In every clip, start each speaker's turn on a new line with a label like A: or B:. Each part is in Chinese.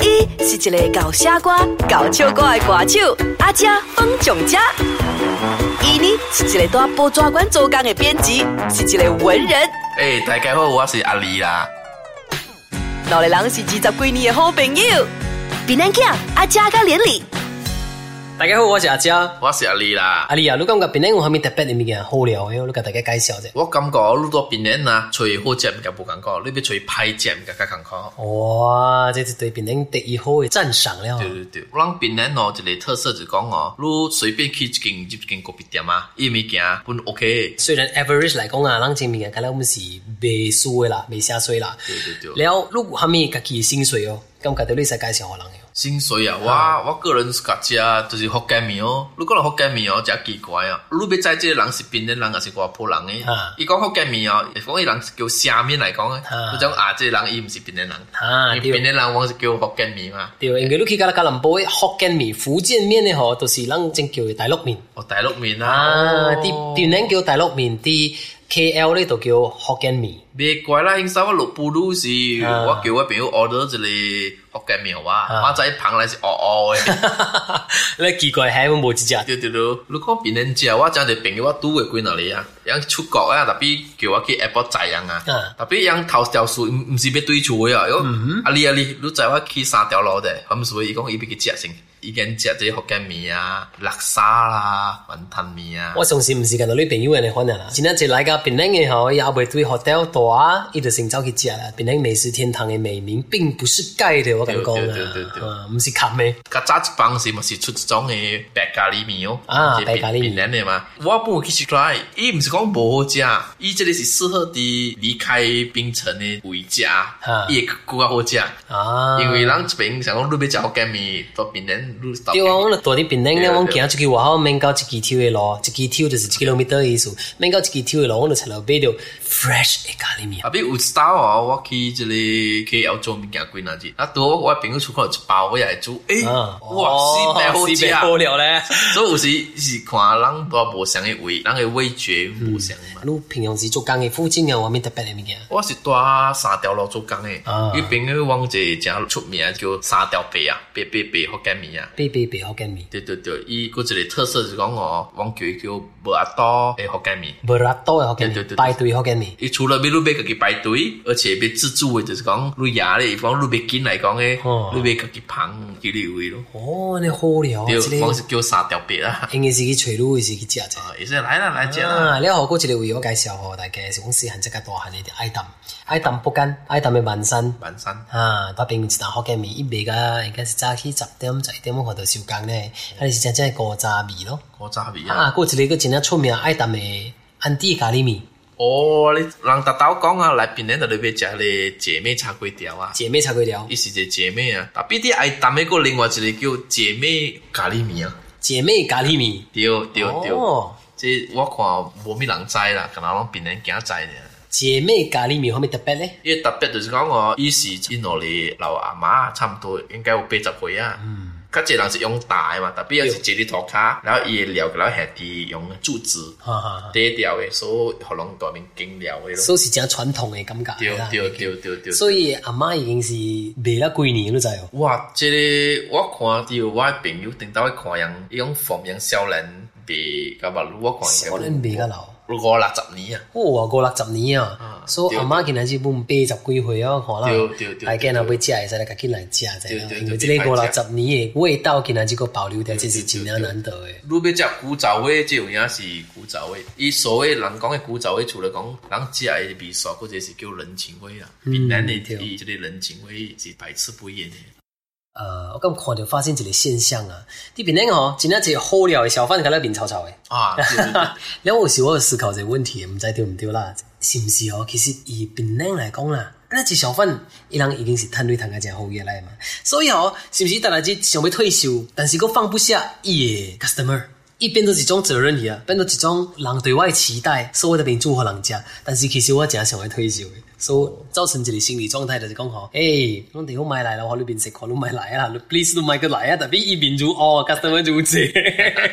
A: 伊是一个搞写歌、搞笑歌的歌手，阿姐方强家。伊呢是一个在报纸馆做工的编辑，是一个文人。
B: 诶、大家好，我是阿丽啦。
A: 两个人是二十几年的好朋友。比咱囝阿姐甲连理，
C: 大家好，我是阿佳。
B: 我是阿丽啦。
C: 阿丽啊，你感觉平安有啥物特别的物件好聊的？你甲大家介绍者。
B: 我感觉我愈到槟榔啊，吹好食物件无艰苦，你要吹歹食物件较艰苦。
C: 哇，这是对平安第一好的赞赏了。
B: 对对对，我人槟榔哦，一个特色就是讲哦，你随便去一间入一间咖啡店啊，伊物件本 OK 的。
C: 虽然 average 来讲啊，咱这物件看来我们是未输的啦，未下水啦。
B: 对对对，
C: 了，你有啥物家己的薪水哦？感觉到你使介绍给人的哦。
B: 薪水啊，我我个人家食就是福建面哦。你讲到福建面哦，真奇怪哦。你要知即个人是槟榔人还是外婆人诶
C: 啊？
B: 伊讲福建面哦，讲伊人是叫虾面来讲诶，
C: 啊
B: 你讲啊，即个人伊毋是槟榔人，
C: 啊，
B: 因为
C: 对
B: 槟。榔人往是叫福建面嘛。
C: 对，因为你去到咱吉林波的福建面、福建面的吼，都是咱正叫的大陆面。
B: 哦，大陆面啊，
C: 啊，啲平安叫大陸面，啲 KL 呢度叫福建面。
B: 别怪啦，因啥我落布鲁是，
C: 啊
B: 我叫我朋友 order 一个福建面哇，
C: 啊
B: 我在旁来是黑 黑的，
C: 你奇怪係冇只只。
B: 对对对。如果别人食，我真侪朋友我拄会几哪里啊，人出国啊，特别叫我去 Apple 载人啊
C: 啊，
B: 特别人头条数毋是要对厝的啊，哟啊你啊你，你载我去三条路的，咁所以伊讲伊要去食先，已经食这福建面啊、叻沙啦、雲吞面啊。
C: 我上次唔是見到你朋友人嚟可能啦，前一次嚟到平安嘅吼，也未對 hotel 啊大，一直成走去食啦。平安美食天堂嘅美名並不是蓋的，我敢講
B: 對對對對對
C: 啊，啊唔是冚嘅。
B: 较早一帮时嘛是出一种诶白咖喱面哦，
C: 啊
B: 就是
C: 白咖喱面
B: 闽南的嘛。我不会去 try，伊毋是讲无好食，伊这里是适合伫离开冰城的回家
C: 啊，
B: 伊会更较好食。
C: 啊，
B: 因为咱这边想讲，你要食福建面，到闽南你到
C: 对啊，我哋住啲平安咧，
B: 對
C: 我
B: 對
C: 行出去外口，免到一支條嘅路，一支條就是一 kilometer 嘅意思，免到一支條嘅路，我就尋到買到 fresh 嘅咖喱面。
B: 啊，比有一道哦，我去这里 KL 做物件几那日，啊，拄好我朋友出去有一包，我也会煮，诶，
C: 啊，
B: 哇，
C: 哦
B: 是
C: 四
B: 白
C: 百
B: 好
C: 好
B: 食。啊
C: 料咧。
B: 所以有时是看人都无相的味，人的味觉无相嘛。
C: 你平常时做工嘅附近有咩特别嘅物件？
B: 我是带三条路做工的，
C: 啊
B: 迄边个往一个正出名叫三条白啊，白白白福建面啊。
C: 比比比福建面，
B: 对对对，伊嗰一个特色是讲哦，往叫伊叫无阿多诶福建面。
C: 布拉多嘅福建
B: 對對
C: 面，
B: 對
C: 排队福建面。
B: 伊除了要你要家己排队，而且要自助诶，就是讲你牙咧，伊讲你要紧来讲诶，
C: 哦
B: 你要家己捧去你位咯。
C: 哦，你好料啊！
B: 对，
C: 即
B: 我
C: 个
B: 是叫三条白啊 啦。
C: 应该是去找路，是去食者。
B: 啊，伊说来啦来食啦。
C: 啊，你好，嗰一个位我介紹哦，大家是講細漢即刻大漢嘅愛氹，愛氹不間，愛氹嘅萬身。
B: 晚餐
C: 啊，嗰邊有一檔福建面，伊賣噶，而家是早起十點、十一點我度收工咧，啊，你是真正係古早味咯。
B: 古早味啊。
C: 啊，嗰一個個真正出名愛氹嘅安迪咖喱面，
B: 哦，你人达到讲啊，来平咧就你要食咧姐妹炒粿条啊。
C: 姐妹炒粿條，
B: 伊是一个姐妹啊，特别啲爱搭美个另外一个叫姐妹咖喱面啊，
C: 姐妹咖喱面。
B: 对对对，
C: 哦
B: 即我看无咩人知啦，可能拢别人惊知咧。
C: 姐妹咖喱面有咩特别咧？
B: 伊特别就是讲哦，伊是因落嚟老阿妈差唔多应该有八十岁啊。嗯，较侪人是用大的嘛，特别是坐伫涂骹，然后伊会聊个了下啲用柱子
C: 哈哈哈，
B: 低调的，所以互人大面经聊的咯。
C: 所以是真传统嘅感
B: 对
C: 覺啦。
B: 对对对对。
C: 所以阿媽已經是賣咗幾年都知哦。
B: 哇！即、个我看到我的朋友顶头去看人，伊讲放人少人卖甲物，我看
C: 少年賣甲老，
B: 如果六十年啊，
C: 哇，五六十年啊
B: 啊！
C: 所以
B: 對
C: 阿媽今仔日本八十幾歲啊，可
B: 對對
C: 能
B: 對
C: 大家若要食，會使嚟家己來食者
B: 對對
C: 啦。
B: 對
C: 因為即個五
B: 對
C: 六
B: 對
C: 十年嘅味道，今仔日個保留掉，這是真正難得嘅。
B: 你要食古早味，即有影是古早味。伊所谓人讲的古早味，除了讲人食的味素，或者是叫人情味啦。闽南的
C: 嗯对
B: 伊即个人情味是百吃不厌的。
C: 呃，我咁看到發生一個現象啊，啲邊呢吼，今仔日好料嘅小販，佢咧面臭臭嘅。
B: 啊，对对对
C: 然后有时我有思考一个问题，唔知对唔对啦，是唔是哦？其实以槟榔来讲啦，那只小贩伊人已经是趁对趁个真好嘢来嘛，所以哦，是唔是大家只想要退休，但是佫放不下伊的 customer。伊变做一种责任去啊，变做一种人对我的期待，所以我就变做给人家。但是其实我真想要退休的，所以造成一個心理狀態就是講吼，誒，我哋好買嚟啦，我呢邊食我都買嚟啦，你 please 都買個嚟啊，特別依邊就哦，customer 就 謝。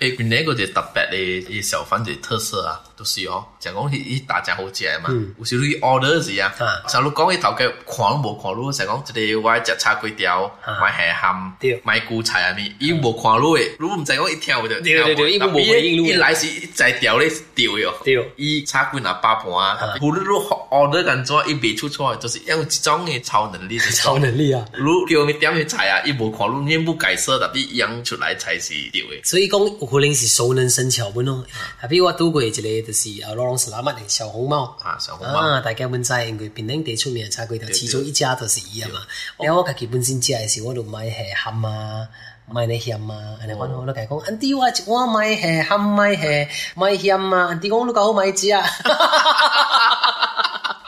B: 诶，原来嗰只特別嘅嘅小販嘅特色啊，就是哦，就講佢佢大隻好食嘛，有時你 order 時啊
C: 嗯啊，
B: 就你講佢頭嘅看都冇看到，就講即係我只叉粿條，
C: 啊
B: 買蟹餡
C: 對，
B: 買菇菜啊咪，伊冇看到嘅，如果唔就講一聽我就
C: 對對對它冇回應你
B: 一來時一再掉咧掉咗，
C: 對
B: 伊叉粿拿八盤啊
C: 啊，
B: 無論你 order 緊做，伊未出錯，就是因為這種嘅超能力，
C: 超能力啊！
B: 如叫你點去猜啊，伊冇看到，面部解釋，特別樣出來才是對嘅。
C: 所以講有可能是熟能生巧本咯。啊，比如我拄過一個就是啊，羅朗斯拉麥嘅小紅帽。
B: 啊，小紅帽。
C: 啊！大家本知，因為檳榔地出名，差幾條，
B: 對
C: 始終一家都是伊啊嘛。然後我家己本身食嘅時候，我就買蟹餡啊，買啲薑
B: 哦
C: 啊，安尼講，我都講，安弟我一碗買蟹餡，買蟹買薑啊，安弟講你夠好買只 啊。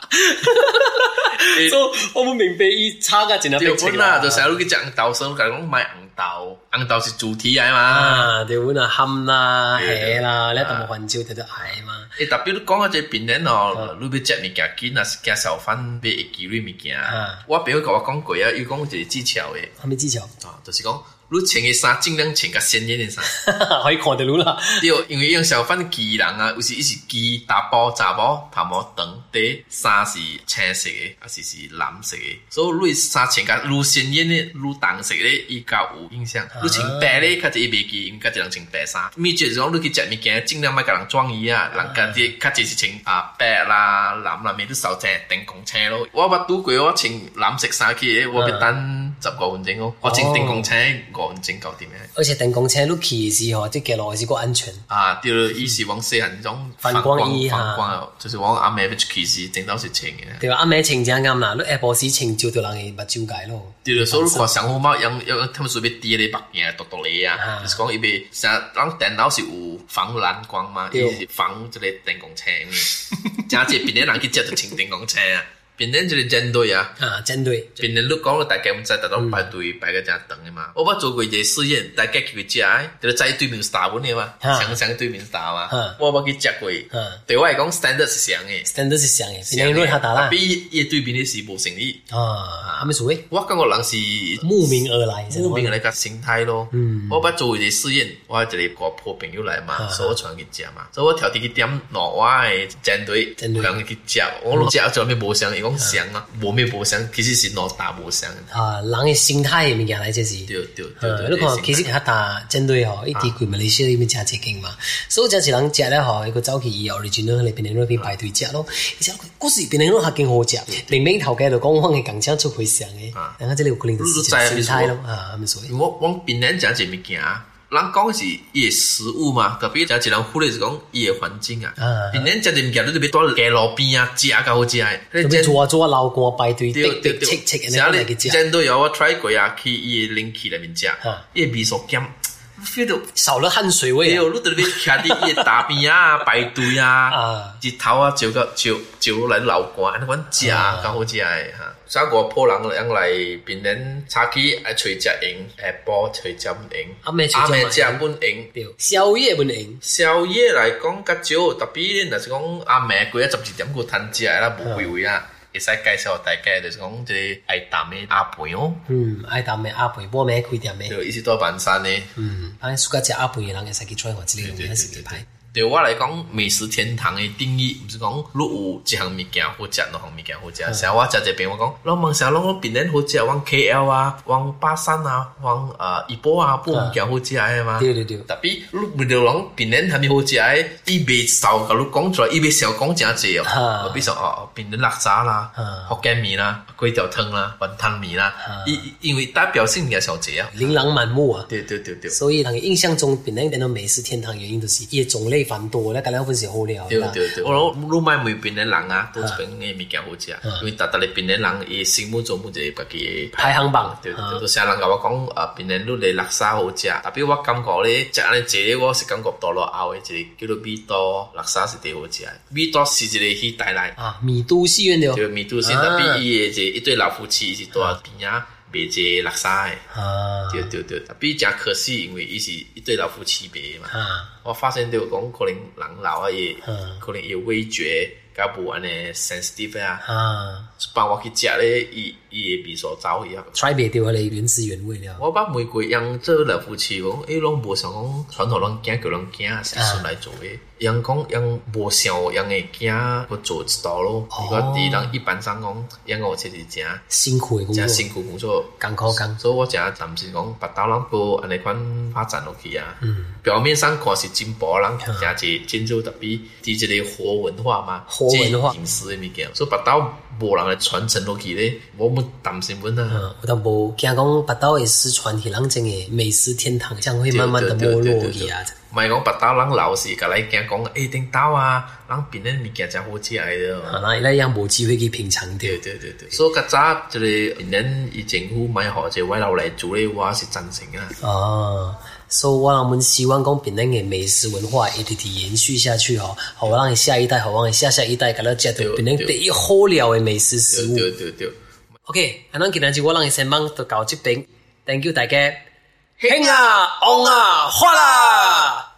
C: 所以我唔明白伊差價真係
B: 对
C: 逼
B: 本
C: 錢
B: 啦，就成日都叫紅豆生，佢講買紅豆，紅豆是主題嚟嘛。
C: 啊，對碗啊，蚶啦，
B: 對對
C: 蟹啦，你一啖雲椒睇到蟹嘛。
B: 你特別你講嗰只邊人
C: 啊
B: 哦，你要食物件，見啊食小販俾一幾類物件
C: 啊。
B: 我朋友甲我講過啊，伊講一個技巧嘅，
C: 係咪技巧？
B: 啊，就是講你穿嘅衫盡量穿較鮮豔嘅衫。
C: 可以看到啦。
B: 對，因為用小販機人啊，有時伊是機大包、查包、頭毛長短，衫是青色嘅，啊是是藍色嘅，所以你衫穿甲愈鮮豔咧，愈淡色咧，伊較有印象。你穿白咧，較一袂記，因為較一人穿白衫。秘訣是講你去食物件，盡量莫甲人裝伊啊，人家啲較濟是穿啊白啦、藍啦，咪都少青定公青咯。我捌拄過我穿藍色衫去，我要等十五分鐘咯，我穿定公青五分鐘搞掂嘅。
C: 而且電公車都騎士吼，即係落去是個安全。
B: 啊，对了，伊是往西行种
C: 反光衣
B: 反
C: 啊
B: 光哦，就是往阿妹要去是整到是青嘅。
C: 對吧？阿啊妹情正啱啦，你下晡時情照到人嘅目睭界咯。
B: 对了，所以講上好貓，用用他們隨便滴咧白嘢，獨獨你啊，
C: 啊
B: 就是講伊邊成人電腦是有防藍光嘛，
C: 對
B: 伊是防即個電光青嘅。 真係邊啲人去接就穿電光青啊，邊啲就是針對啊。
C: 啊，針對
B: 邊人都講了，大家唔知特登排隊排個正長嘅嘛。我捌做過一個試驗，大家去食，就是在對面 star 本嘅嘛，
C: 啊
B: 上上對面 star 嘛
C: 啊，
B: 我捌去食過
C: 啊。
B: 對我嚟講，standard 是上嘅。
C: standard 是啊上嘅，變成論下打啦
B: 特。別伊對面的是無誠意，
C: 啊，阿咩所謂
B: 我感覺人是
C: 慕名而來，
B: 慕名嚟個心態咯。我捌做一個試驗，我有一個國破朋友來嘛，
C: 啊
B: 所以我傳佢食嘛，所以我頭啲去點挪我嘅戰隊，
C: 戰隊
B: 強去食，我攞食做咩無相，伊講相啊，無咩無相，其實是挪打無相。
C: 啊，人嘅心態嘅物件嚟，即是。
B: 對對對
C: 啊
B: 對，
C: 你
B: 對
C: 看，其實下打針對
B: 啊
C: 吼，一啲佢咪你先呢邊食食勁嘛，所以真是人食咧吼，佢個周期以後你轉到嚟變成
B: 啊
C: 去排隊食咯，而且佢嗰時變成嗰下勁好食，明明頭家就講我嘅更加出佢上嘅
B: 嗯啊，
C: 人家即係有可能
B: 你
C: 是
B: 都知啊
C: 心態咯，啊，咁所以。
B: 我往邊人食一物件，人講是伊的食物嘛，特別食一人忽略是講伊的環境啊
C: 啊。
B: 邊人食一物件，你就別蹛街路邊啊，食啊較好食的。你
C: 咁
B: 真
C: 樣做啊做啊，流過排隊，滴
B: 对对
C: 滴
B: 对，
C: 切切咁
B: 然
C: 樣
B: 后
C: 嚟
B: 你
C: 嘅
B: 之
C: 啫，
B: 前都有我 try 過啊，去伊嘅 link 裏面食
C: 啊，
B: 伊嘅味素咸，feel 到。
C: 少了汗水
B: 哎
C: 味啊
B: 呦，你特別徛啲伊嘅大邊 啊、排隊啊
C: 啊、
B: 日頭啊照個照照嚟流汗，安尼款食
C: 啊
B: 較好食嘅嚇。所以我破人人嚟變人茶起啊，隨食用，下晡隨食唔用，
C: 啊阿妹隨食
B: 阿妹
C: 唔
B: 食
C: 用
B: 唔用。
C: 對宵夜本營
B: 宵夜嚟講較少，特別若是講阿妹啊過一十二點過趁食啦，無鬼位
C: 啊
B: 啦。會使介紹大家就是講一個愛談嘅阿婆哦。
C: 嗯，愛啖咩阿培波咩開店咩，
B: 就一直都板山呢。
C: 嗯，反正暑假食阿培嘅人嘅實際出我之類嘅嘢是幾排，
B: 對我嚟講，美食天堂嘅定義唔是講你有一項物件好食，兩項物件好食。成日我食這邊我講，老孟成日攏邊人好食，往 KL 啊，往巴山啊，往呃怡保啊，不物件好食嘅嘛。
C: 對對對，
B: 特別你唔着講邊人係咪好食嘅，伊未少甲你講出來，伊未少講真濟
C: 啊
B: 哦。比如說哦，邊人辣炸啦
C: 啊，
B: 福建面啦，粿條湯啦，雲吞麵啦
C: 啊，
B: 因因為代表性嘅小姐啊。
C: 琳琅滿目啊。
B: 對對對對。
C: 所以人嘅印象中，檳榔等到美食天堂原因就是伊嘅種類繁多咧，咁樣分是好料
B: 對
C: 啦。
B: 對對，我諗老買每邊嘅人啊，都是邊嘅物件好食，
C: 啊
B: 因為達達嚟邊嘅人，伊心目中冇就係自己
C: 排行榜
B: 對對
C: 啊
B: 對，都成日人甲我講，啊，邊嘅都嚟垃圾好食，特別我感覺咧，食安尼食咧，我是感覺多落後嘅，啊一個叫做米多，垃圾是第好食，啊米多是一個去帶來，
C: 啊，米都戲院了
B: 就米都是
C: 啊
B: 特別伊嘅一對老夫妻是住喺邊啊賣這個垃圾嘅，
C: 啊
B: 對對對，特別真可惜，因為伊是一對老夫妻賣嘅嘛。
C: 啊
B: 我發現到講可能人老啊，伊
C: 嗯
B: 可能伊有味覺，较无安尼 sensitive 啊，
C: 啊，
B: 帮我去食咧，伊伊诶味素走去啊。
C: try 袂到迄个原汁原味了。
B: 我把玫瑰用做来夫妻讲，伊拢无想讲传统人惊叫人惊是顺来做诶。人讲人无想人会惊，佮做一道咯。
C: 哦
B: 如果伫人一般上讲，人我这是真
C: 辛苦的工作
B: 真，辛苦工作。
C: 艰苦啊工作。
B: 所以我真担心讲，别岛人无安尼款发展落去啊。
C: 嗯，
B: 表面上看是进步的人，
C: 嗯
B: 真济建筑特别伫一个活文化嘛，
C: 活文化
B: 这是饮食的物件，所以别岛无人来传承落去咧，我们担心阮啊。
C: 嗯，有淡薄惊讲北岛会失传，是咱整个美食天堂将会慢慢的没落去啊。
B: 唔系讲别岛人老是甲你惊讲，诶、顶岛啊，人边咧物件真好食的
C: 啊，
B: 哦。
C: 那伊拉样无机会去品尝到。
B: 对对对对，所以较早即个闽南伊政府买好者外劳来做咧，我是赞成啊。
C: 哦，所以我们希望讲闽南的美食文化会直直延续下去哦，好让的下一代，好让的下下一代，给咱吃到
B: 对
C: 闽南
B: 对
C: 第一好料的美食食
B: 对
C: 物。
B: 对对对，
C: OK，啊，咱今日就我让的先忙就到这边，Thank you 大家，兴啊，旺啊，发啦！